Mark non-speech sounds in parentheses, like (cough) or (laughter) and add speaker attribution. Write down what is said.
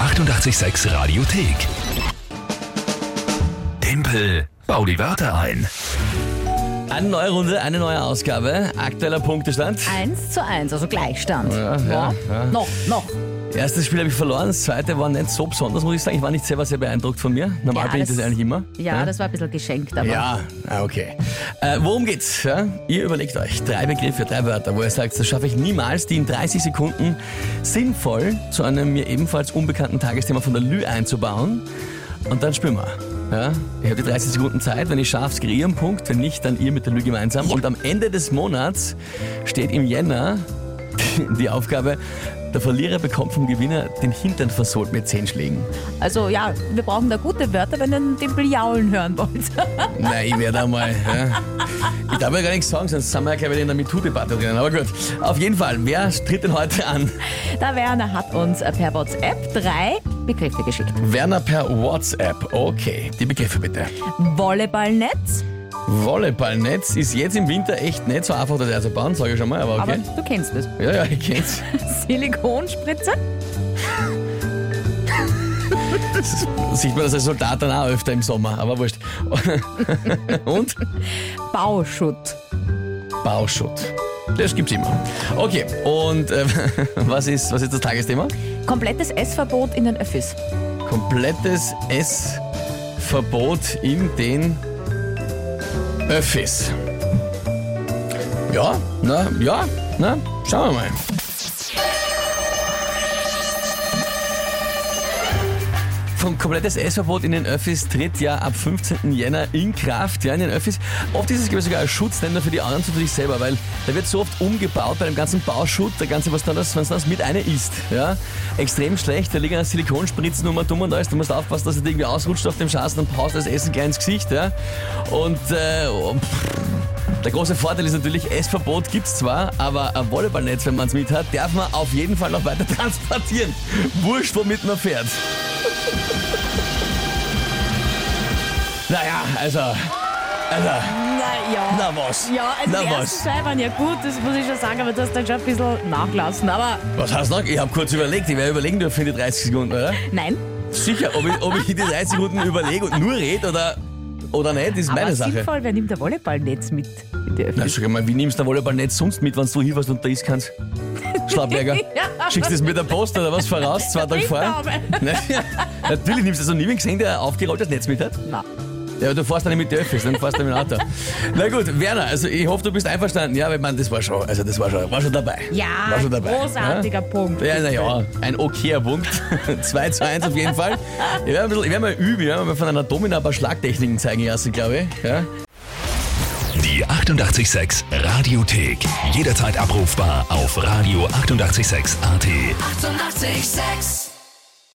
Speaker 1: 886 Radiothek. Tempel, bau die Wörter ein.
Speaker 2: Eine neue Runde, eine neue Ausgabe. Aktueller Punktestand.
Speaker 3: 1 zu 1, also Gleichstand.
Speaker 2: Ja, ja, ja.
Speaker 3: Noch, noch.
Speaker 2: Erstes Spiel habe ich verloren, das zweite war nicht so besonders, muss ich sagen. Ich war nicht selber sehr beeindruckt von mir. Normal
Speaker 3: Ja,
Speaker 2: bin ich das
Speaker 3: das-
Speaker 2: eigentlich immer.
Speaker 3: Ja, das war ein bisschen geschenkt, aber
Speaker 2: Ja, ah, okay. Äh, worum geht's? Ja? Ihr überlegt euch drei Begriffe, drei Wörter, wo ihr sagt, das schaffe ich niemals, die in 30 Sekunden sinnvoll zu einem mir ebenfalls unbekannten Tagesthema von der Lü einzubauen. Und dann spielen wir. Ja? Ich habe die 30 Sekunden Zeit. Wenn ich schaff's, kriege ich einen Punkt. Wenn nicht, dann ihr mit der Lü gemeinsam. Und am Ende des Monats steht im Jänner (laughs) die Aufgabe, der Verlierer bekommt vom Gewinner den Hintern versohlt mit 10 Schlägen.
Speaker 3: Also ja, wir brauchen da gute Wörter, wenn ihr den Bliaulen hören wollt. (laughs)
Speaker 2: Na, ich werde einmal. Ja. Ich darf ja gar nichts sagen, sonst sind wir ja gleich wieder in der MeToo-Debatte drinnen. Aber gut, auf jeden Fall, wer tritt denn heute an?
Speaker 3: Der Werner hat uns per WhatsApp drei Begriffe geschickt.
Speaker 2: Werner per WhatsApp. Okay, die Begriffe bitte.
Speaker 3: Volleyballnetz,
Speaker 2: Volleyballnetz ist jetzt im Winter echt nicht so einfach, das einzubauen, sage ich schon mal, aber okay.
Speaker 3: aber du kennst es.
Speaker 2: ja, ja, ich kenn's.
Speaker 3: Silikonspritze,
Speaker 2: Sieht man das Resultat dann auch öfter im Sommer, aber wurscht. (laughs) Und
Speaker 3: Bauschutt,
Speaker 2: Bauschutt. Das gibt's immer. Okay, und äh, (laughs) was, ist, was ist das Tagesthema?
Speaker 3: komplettes Essverbot in den Öffis.
Speaker 2: komplettes Essverbot in den Öffis. Ja, na, ja, na, schauen wir mal. Vom komplettes Essverbot in den Öffis tritt ja ab 15. Jänner in Kraft, ja, in den Öffis. Oft ist es glaube ich, sogar ein Schutzländer für die anderen und für sich selber, weil da wird so oft umgebaut bei dem ganzen Bauschutt, der ganze, was da das, was das mit einer ist, ja. Extrem schlecht, da liegen eine Silikonspritzen um und dumm und alles, da musst du aufpassen, dass das irgendwie ausrutscht auf dem Schaßen und haust das Essen gleich ins Gesicht, ja. Und, äh, oh, pff. der große Vorteil ist natürlich, Essverbot gibt's zwar, aber ein Volleyballnetz, wenn man es mit hat, darf man auf jeden Fall noch weiter (laughs) transportieren. Wurscht, womit man fährt. Naja, also. Also,
Speaker 3: Naja.
Speaker 2: na was?
Speaker 3: Ja, also
Speaker 2: na
Speaker 3: die ersten
Speaker 2: was?
Speaker 3: zwei waren ja gut, das muss ich schon sagen, aber du hast dann schon ein bisschen nachgelassen. Aber
Speaker 2: Was hast du noch? Ich habe kurz überlegt, ich werde überlegen dürfen in die 30 Sekunden, oder?
Speaker 3: nein,
Speaker 2: Sicher, ob ich, ob ich die 30 Sekunden überlege und nur rede oder, oder nicht, ist meine
Speaker 3: aber
Speaker 2: Sache.
Speaker 3: sinnvoll, wer nimmt der Volleyballnetz mit in die
Speaker 2: Na,
Speaker 3: Öffis?
Speaker 2: sag mal, wie nimmst du Volleyballnetz sonst mit, wenn du hinfährst und da ist kannst? Schlauberger.
Speaker 3: (laughs) Ja.
Speaker 2: Schickst du es mit der Post oder was voraus,
Speaker 3: (laughs)
Speaker 2: zwei Tage vorher?
Speaker 3: Brieftaube.
Speaker 2: (laughs) Natürlich nimmst du das noch niemanden gesehen, der ein aufgerolltes Netz mit hat.
Speaker 3: Na.
Speaker 2: Ja, aber du fährst ja nicht mit der Öffis, dann fährst du mit dem Auto. Na gut, Werner, also ich hoffe, du bist einverstanden. Ja, weil man, das war schon, also das war schon, war schon dabei.
Speaker 3: Ja,
Speaker 2: war schon dabei.
Speaker 3: großartiger Punkt.
Speaker 2: Ja, naja, ein okayer Punkt. (laughs) 2 zu 1 auf jeden Fall. Ich werde, ein bisschen, ich werde mal üben, ich werde mal von einer Domina ein paar Schlagtechniken zeigen lassen, glaube ich. Ja?
Speaker 1: Die 886 Radiothek. Jederzeit abrufbar auf radio886.at. 886!
Speaker 4: 886